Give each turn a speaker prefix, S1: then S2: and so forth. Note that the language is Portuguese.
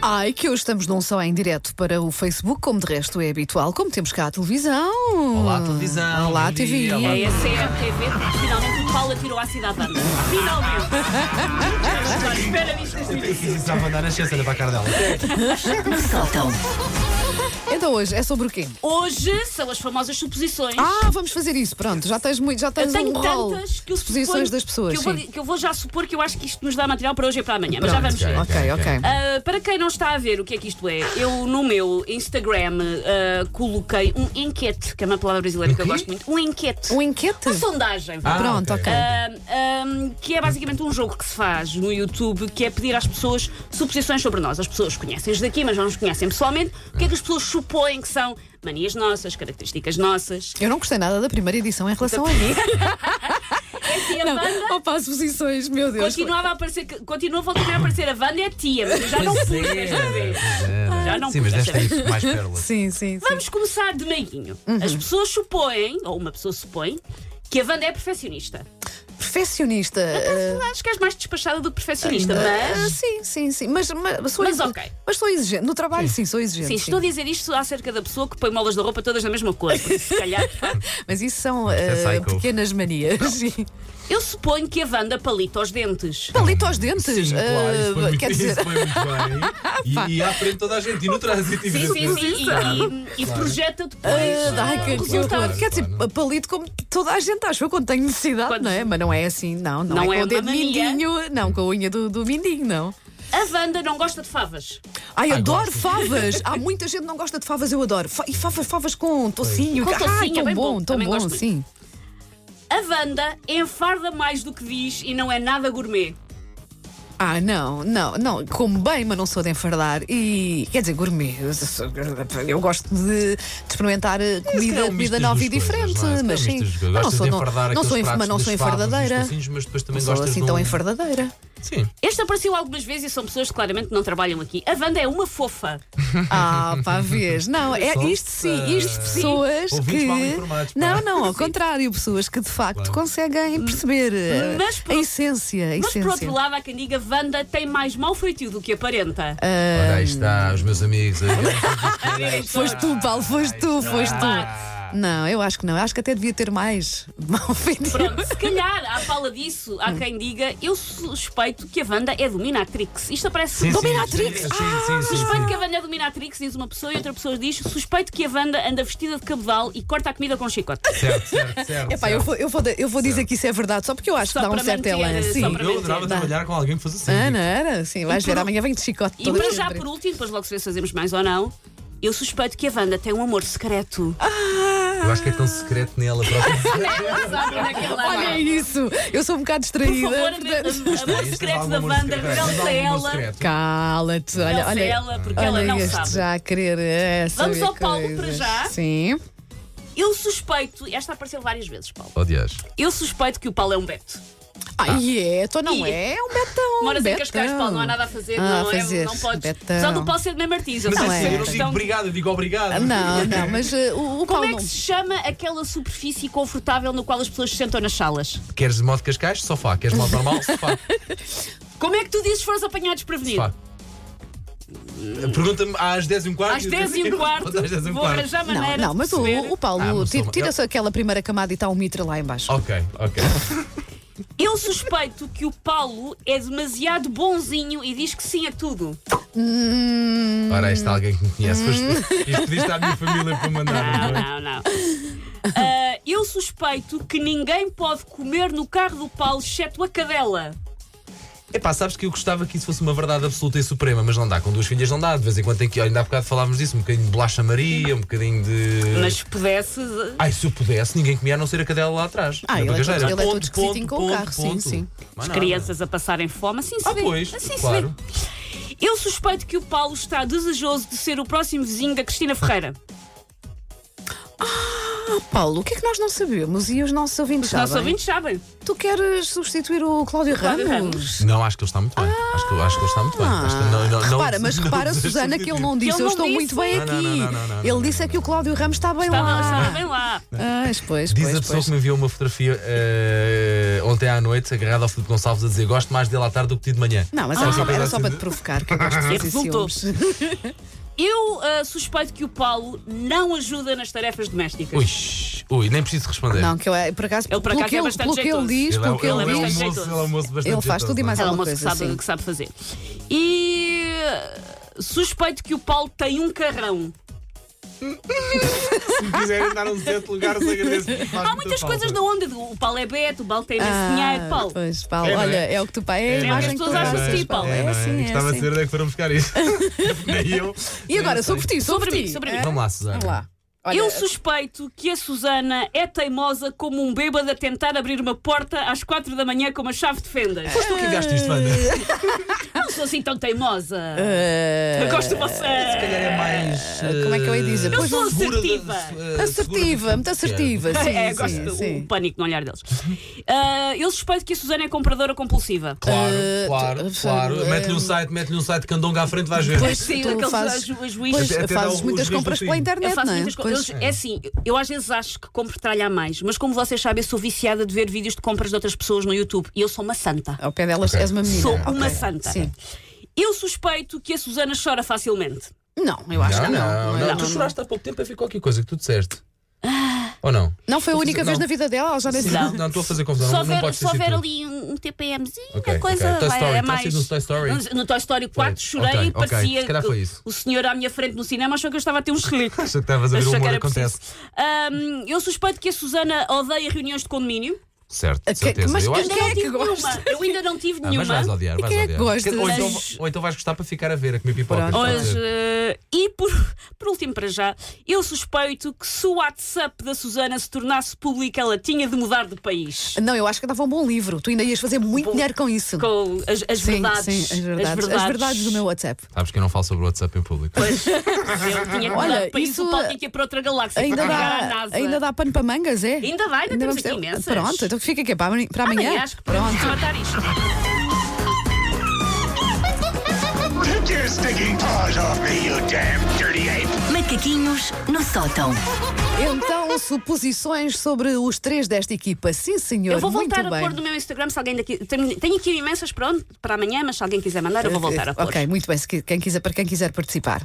S1: Ai, que hoje estamos não só em direto para o Facebook, como de resto é habitual, como temos cá a televisão.
S2: Olá, televisão.
S1: Olá,
S2: Bom dia.
S1: TV.
S2: Olá,
S3: É a CMTV, porque finalmente o Paulo atirou à cidade da Finalmente! Estava à espera disto desde o início.
S2: Precisava andar na chance para a cara dela.
S1: Então hoje é sobre o quê?
S3: Hoje são as famosas suposições.
S1: Ah, vamos fazer isso, pronto, já tens muito, já
S3: Eu
S1: tens
S3: tenho
S1: um rol
S3: tantas que eu
S1: de suposições
S3: suponho-
S1: das pessoas.
S3: Que eu, vou,
S1: sim.
S3: que eu vou já supor que eu acho que isto nos dá material para hoje e para amanhã, mas já vamos ver.
S1: Ok, ok.
S3: Ah, para quem não está a ver o que é que isto é, eu no meu Instagram ah, coloquei um enquete, que é uma palavra brasileira que eu
S2: quê?
S3: gosto muito. Um enquete.
S1: Um enquete?
S3: Uma sondagem.
S2: Ah,
S1: Pronto, ok.
S2: ok.
S3: Um, um, que é basicamente um jogo que se faz no YouTube, que é pedir às pessoas suposições sobre nós. As pessoas conhecem-nos daqui, mas não nos conhecem pessoalmente. O que é que as pessoas supõem que são manias nossas, características nossas?
S1: Eu não gostei nada da primeira edição em relação a mim.
S3: E a Wanda
S1: Opa, suposições, meu Deus.
S3: continuava a aparecer, continua voltando a aparecer. A Wanda é a tia, mas eu já não
S2: Pois
S3: pus
S2: é,
S3: desta vez.
S2: pois é.
S3: Já não
S2: Sim,
S3: pus
S2: mas
S3: desta
S2: desta
S3: vez.
S2: é mais pérolas.
S1: Sim, sim, sim.
S3: Vamos começar de meiguinho. As pessoas supõem, ou uma pessoa supõe, que a Wanda é perfeccionista.
S1: Perfeccionista. eh,
S3: Acho que és mais despachada do que perfeccionista,
S1: ah,
S3: mas.
S1: sim, sim, sim. Mas, mas, sou
S3: é Mas
S1: exi-
S3: ok.
S1: mas sou exigente. No trabalho, sim, sou exigente.
S3: Sim,
S1: sim.
S3: estou a dizer isto acerca da pessoa que põe molas da roupa todas da mesma cor. porque Se calhar, de facto.
S1: Mas isso são
S2: é
S1: eh,
S2: psycho.
S1: pequenas manias. sim.
S3: eu suponho que a Wanda palita os dentes.
S1: Palito aos dentes.
S2: Sim, claro, isso foi
S1: eh,
S2: muito,
S1: quer dizer,
S2: isso foi muito bem. E, e à frente toda a gente, e no trânsito. e
S3: Sim,
S2: no
S3: sim,
S2: trânsito.
S3: sim. E, e- e projeta
S1: eh,
S3: depois. Então,
S1: ai, que
S2: claro,
S1: horror.
S2: claro,
S1: Quer dizer,
S2: claro.
S1: palito como toda a gente acha, quando tenho necessidade,
S3: Quando-
S1: não é? Mas não é assim, não. Não,
S3: Não
S1: é
S3: é
S1: com o dedo
S3: uma mania.
S1: mindinho, não, com a unha do, do mindinho, não.
S3: A Wanda não gosta de favas.
S1: Ai,
S2: Ai,
S1: adoro
S2: Ah, gosto.
S1: favas. Há muita gente que não gosta de favas, eu adoro. Fa- E favas, favas com tocinho.
S3: Com
S1: Ai,
S3: tocinho, é
S1: tão
S3: bem
S1: bom,
S3: bom,
S1: tão
S3: também
S1: bom,
S3: gosto muito.
S1: sim.
S3: A Wanda enfarda mais do que diz e não é nada gourmet.
S1: Ah, não, não, não. Como bem, mas não sou de enfardar. E, quer dizer, gourmet. eu sou- Eu gosto de, de experimentar eh, comida,
S2: calhar um misto
S1: comida
S2: das
S1: nova e
S2: duas coisas,
S1: diferente.
S2: não é? Se
S1: Mas sim,
S2: calhar um misto das duas.
S1: Mas não
S2: Gostas
S1: sou,
S2: de
S1: não,
S2: enfardar
S1: não
S2: aqueles
S1: sou, enf-
S2: pratos
S1: mas não
S2: das
S1: sou
S2: favas, dos
S1: enfardadeira.
S2: tocinhos, Mas depois também
S1: Não sou
S2: gostas
S1: assim
S2: de
S1: tão
S2: um-
S1: enfardadeira.
S2: Sim.
S3: Este apareceu algumas vezes e são pessoas que claramente não trabalham aqui. A Wanda é uma fofa.
S1: Ah, pá, vês. Não, é
S2: Só
S1: isto sim,
S2: se-
S1: isto pessoas
S2: Ouvintes
S1: que.
S2: mal informados, pá.
S1: Não, não, ao contrário, pessoas que de facto
S2: Claro.
S1: conseguem perceber eh,
S3: Mas por-
S1: a essência. A
S3: Mas
S1: essência.
S3: por outro lado, há quem diga Wanda tem mais mau feitio do que aparenta.
S1: Ah,
S2: Ora, aí está, os meus amigos. aí vem.
S1: Foste tu, Paulo, foste tu, foste
S3: Ah.
S1: tu. Não, eu acho que não. Eu acho que até devia ter mais mal feito.
S3: Pronto, se calhar, à fala disso, há quem diga eu suspeito que a Wanda é dominatrix. Isto aparece
S2: Sim, sim,
S1: Dominatrix. Ah,
S2: sim, sim, sim, sim.
S3: Suspeito que a Wanda é dominatrix, diz uma pessoa, e outra pessoa diz suspeito que a Wanda anda vestida de cabedal e corta a comida com chicote.
S2: Certo, certo, certo.
S1: Epá, eu vou, eu vou, eu vou dizer que isso é verdade, só porque eu acho
S3: Só
S1: que dá um
S3: para
S1: certo
S3: manter,
S1: elan.
S3: só
S1: Sim.
S3: para-
S2: Eu adorava
S3: Dá.
S2: trabalhar com alguém que fosse assim.
S1: Ana, era, sim, vais
S3: E por
S1: ver,
S3: um-
S1: amanhã vem de chicote.
S3: E
S1: todas
S3: para já,
S1: sempre.
S3: por um último, depois logo se vê se fazemos mais ou não, eu suspeito que a Wanda tem um amor secreto.
S2: Eu acho que é tão secreto nela própria.
S3: é
S1: Olha isso, eu sou um bocado
S3: Por
S1: distraída.
S3: favor, um
S1: portanto-
S3: amor, amor secreto um da Wanda,
S2: Tens
S3: revela-se a
S2: algum amor
S3: ela.
S2: secreto?
S1: Cala-te, olha,
S3: Revela-se a
S1: olha.
S3: é ela, porque
S1: olha
S3: ela não
S1: este
S3: sabe.
S1: já a querer. É,
S3: Vamos
S1: saber
S3: ao Paulo
S1: coisas.
S3: para já?
S1: Sim.
S3: Eu suspeito, esta apareceu várias vezes, Paulo.
S2: Odias.
S3: Eu suspeito que o Paulo é um Beto.
S1: Ai, é, tu não
S3: E-
S1: é? É um betão.
S3: Moras
S1: betão.
S3: em Cascais, Paulo, não há nada a fazer,
S1: Ah,
S3: não,
S1: a fazer,
S3: é, não podes.
S1: Betão.
S3: Só do Paulo ser de mesmo artista.
S2: Mas
S1: Não
S2: é
S1: é.
S2: sério, eu não
S3: Então,
S2: digo
S3: um
S2: obrigado, eu digo obrigado.
S1: Não, não, mas eh, o, o
S3: Como
S1: Paulo
S3: é
S1: não.
S3: que se chama aquela superfície confortável no qual as pessoas se sentam nas salas?
S2: Queres modo Cascais? Sofá. Queres modo normal? Sofá.
S3: Como é que tu dizes se fores apanhados prevenido?
S2: Sofá. Pergunta-me às 10 e um quarto.
S3: Às 10 e um quarto,
S2: Às 10 e um
S3: vou
S2: quarto.
S3: arranjar maneira
S1: Não, não,
S3: de
S1: mas o,
S3: perceber.
S1: o
S2: Ah,
S1: Paulo
S2: mas
S1: ti-
S2: sou-
S1: tira-se aquela primeira camada e está um mitra lá embaixo.
S2: Ok, ok.
S3: Eu suspeito que o Paulo é demasiado bonzinho e diz que sim a tudo.
S2: Ora, aí está alguém que me conhece. Foste- Isto pediste à minha família para mandar.
S3: Não,
S2: não é?
S3: não, não. Ah, eu suspeito que ninguém pode comer no carro do Paulo, exceto a cadela.
S2: Epá, sabes que eu gostava que isso fosse uma verdade absoluta e suprema, mas não dá. Com duas filhas não dá. De vez em quando tem que. Olha, ainda há bocado falávamos disso. Um bocadinho de bolacha Maria, um bocadinho de.
S3: Mas se pudesse. eh,
S2: Ai, se eu pudesse, ninguém comia a não ser a cadela lá atrás.
S1: Ah,
S2: na
S1: ele é todo-
S2: bagageira.
S1: ele é todo esquisitinho com o carro, sim, sim.
S2: Mais
S3: As
S2: nada.
S3: crianças a passarem fome, assim se
S2: Ah,
S3: vê.
S2: pois,
S3: assim
S2: claro.
S3: se vê. Eu suspeito que o Paulo está desejoso de ser o próximo vizinho da Cristina Ferreira.
S1: Ah, Paulo, o que é que nós não sabemos e os nossos ouvintes
S3: Os
S1: sabem?
S3: nossos ouvintes sabem.
S1: Tu queres substituir o Cláudio,
S3: Cláudio
S1: Ramos?
S2: Não, acho que ele está muito bem. acho, que, acho que ele está muito bem. Acho que não, não,
S1: Ah. repara,
S2: não,
S1: mas
S2: não
S1: repara,
S2: desejo
S1: Susana, que ele não disse
S3: ele
S1: eu
S3: não
S1: estou
S3: disse.
S1: muito bem
S2: Não, não,
S1: aqui.
S2: não, não, não,
S1: ele
S2: não,
S1: disse é que o Cláudio Ramos está bem
S3: Estavam,
S1: lá.
S3: estavam bem lá.
S1: Ah, pois,
S2: Diz
S1: pois,
S2: a pessoa
S1: pois.
S2: que me enviou uma fotografia eh, ontem à noite, agarrada ao Filipe Gonçalves, a dizer gosto mais dele à tarde do que de manhã.
S1: Não, mas
S2: Só
S1: era,
S2: que
S1: só,
S2: eu
S1: era
S2: pensava
S1: só
S2: assim,
S1: para te provocar, que eu gosto de fazer
S3: Resultou.
S1: ciúmes.
S3: Eu ah, suspeito que o Paulo não ajuda nas tarefas domésticas.
S2: Ui, ui, nem preciso responder.
S1: Não, que eu, é- por acaso,
S3: Ele, por
S1: pelo
S3: acaso,
S1: que
S3: é
S1: ele,
S3: bastante
S1: pelo que ele
S3: jeitoso.
S1: diz,
S2: Ele é,
S1: pelo que
S2: ele
S1: ele
S2: é um
S1: diz.
S3: diz-
S2: moço, ele é um moço bastante
S1: Ele faz tudo e
S2: jeitoso,
S1: mais
S2: não é?
S1: alguma
S3: Ela é uma moça que
S1: coisa,
S3: sabe,
S1: sim.
S3: que sabe fazer. E ah, suspeito que o Paulo tem um carrão.
S2: Se me quiserem dar um certo lugar, eu agradeço.
S3: Há muitas coisas na onda. do- O Paulo é Beto, o Paulo tem esse dinheiro.
S1: Ah,
S3: Paulo,
S1: pois, Paulo,
S2: É, não é?
S1: olha, é o que tu pai é a
S2: É,
S1: imagem
S3: as
S1: que tu
S3: pessoas acham
S1: passas,
S3: que sim, Paulo.
S1: É assim, é
S2: Gostava de
S1: assim.
S2: saber onde é que foram buscar isso. Nem eu.
S1: E agora,
S2: nem sei.
S1: sobre ti, sobre
S3: Sobre mim,
S1: ti.
S3: sobre
S1: é?
S3: mim.
S2: Vamos lá, Susana.
S1: Vamos lá. Olha,
S3: eu suspeito que a Susana é teimosa como um bêbado a tentar abrir uma porta às quatro da manhã com uma chave de fendas.
S1: É.
S2: Mas tu que enviaste isto, Wanda? Se
S3: Não sou assim tão teimosa.
S1: eh,
S3: Eu gosto de você.
S2: calhar é mais. eh,
S1: Como é que eu ia dizer? Pois
S3: sou
S1: não-
S2: segura da-
S3: assertiva.
S2: eh,
S1: Assertiva,
S2: segura do
S1: muito
S2: que
S1: assertiva. Sim,
S3: É,
S1: sim,
S3: gosto do
S1: sim.
S3: pânico no olhar deles. Ah, eu suspeito que a Susana é compradora compulsiva.
S2: Claro,
S1: Eh,
S2: claro,
S1: tu-
S2: claro.
S1: eh,
S2: Mete-lhe um site, mete-lhe um site candonga à frente, vais ver.
S1: Pois
S3: Sim,
S1: tu
S3: aqueles
S1: fazes-
S3: ju- as
S1: Pois,
S2: Até- até dá assim.
S1: fazes
S2: os
S1: muitas
S2: dois
S1: compras
S2: no fim.
S1: pela
S3: Eu
S1: internet,
S3: faço
S1: não é?
S3: muitas
S1: Pois.
S3: coisas. É assim, eu às vezes acho que compro tralha a mais, mas como vocês sabem, eu sou viciada de ver vídeos de compras de outras pessoas no YouTube e eu sou uma santa.
S1: Ao pé delas
S2: Ok.
S1: és uma menina.
S3: Sou
S1: Ah, Ok.
S3: uma santa.
S1: Sim.
S3: Eu suspeito que a Susana chora facilmente.
S1: Não, eu acho que não.
S2: não,
S1: é-
S2: não. Tu choraste há pouco tempo a ver qualquer coisa que tu disseste.
S1: Ah.
S2: Ou não?
S1: Não foi a
S2: Não.
S1: única vez na vida dela, ela já nem
S3: Sim.
S1: sabe.
S3: Não.
S2: Não, estou a fazer confusão.
S3: Só
S2: não, não
S3: houver
S2: pode
S3: só
S2: ser
S3: houver
S2: tu.
S3: ali um, um TPMzinho,
S2: Ok,
S3: a coisa
S2: ok. Toy
S3: vai-
S2: Story.
S3: é
S2: Terá
S3: mais.
S2: sido no Toy Story?
S3: No Toy Story 4
S2: Ok,
S3: chorei
S2: ok,
S3: e parecia
S2: se calhar
S3: que
S2: foi isso.
S3: o senhor à minha frente no cinema achou que eu estava a ter um esqueleto.
S2: Acho que estavas a ver o
S3: Achou que
S2: humor
S3: era
S2: acontece.
S3: preciso. Ahm, eu suspeito que a Susana odeia reuniões de condomínio.
S2: Certo,
S1: Que-
S2: certeza.
S1: mas
S2: eu
S1: que-
S2: acho
S1: Quem é
S3: não tive
S1: gosta?
S3: nenhuma. Eu ainda não tive
S2: Ah, mas
S3: nenhuma.
S2: vais odiar,
S1: E
S2: vais
S1: quem é que
S2: odiar.
S1: gosta?
S2: Ou então,
S3: Mas-
S2: ou então vais gostar para ficar a ver, a comer pipoca.
S1: Pronto.
S2: pode
S3: Hoje,
S2: ser.
S3: eh, e por, por último, para já, eu suspeito que se o WhatsApp da Susana se tornasse público, ela tinha de mudar de país.
S1: Não, eu acho que dava um bom livro. Tu ainda ias fazer muito dinheiro com isso.
S3: Com as, as
S1: sim,
S3: verdades. Tipo,
S1: sim, as verdades. As verdades do meu WhatsApp.
S2: Sabes que eu não falo sobre o WhatsApp em público.
S3: Pois, eu tinha que
S1: Olha,
S3: mudar de país,
S1: isso-
S3: o Paulo tinha que ir para outra galáxia.
S1: Ainda
S3: para ligar à
S1: dá,
S3: NASA.
S1: ainda dá pano para mangas, é?
S3: Ainda vai, ainda temos
S1: vamos
S3: aqui
S1: ter-
S3: imensas.
S1: Pronto, então fica aqui para amanhã. para amanhã.
S3: Amanhã acho Ah, que podemos
S1: Pronto.
S3: matar isto.
S4: Take your stinking paws off me, you damn dirty ape!
S5: Macaquinhos no sótão.
S1: Então, suposições sobre os três desta equipa. Sim, senhor.
S3: Eu vou voltar
S1: muito
S3: a
S1: bem.
S3: pôr no meu Instagram se alguém daqui. Tenho tenho
S1: Eh,
S3: aqui imensas pronto, para amanhã, mas se alguém quiser mandar, eu vou voltar a pôr.
S1: Ok, muito bem. se qui- Quem quiser, para quem quiser participar.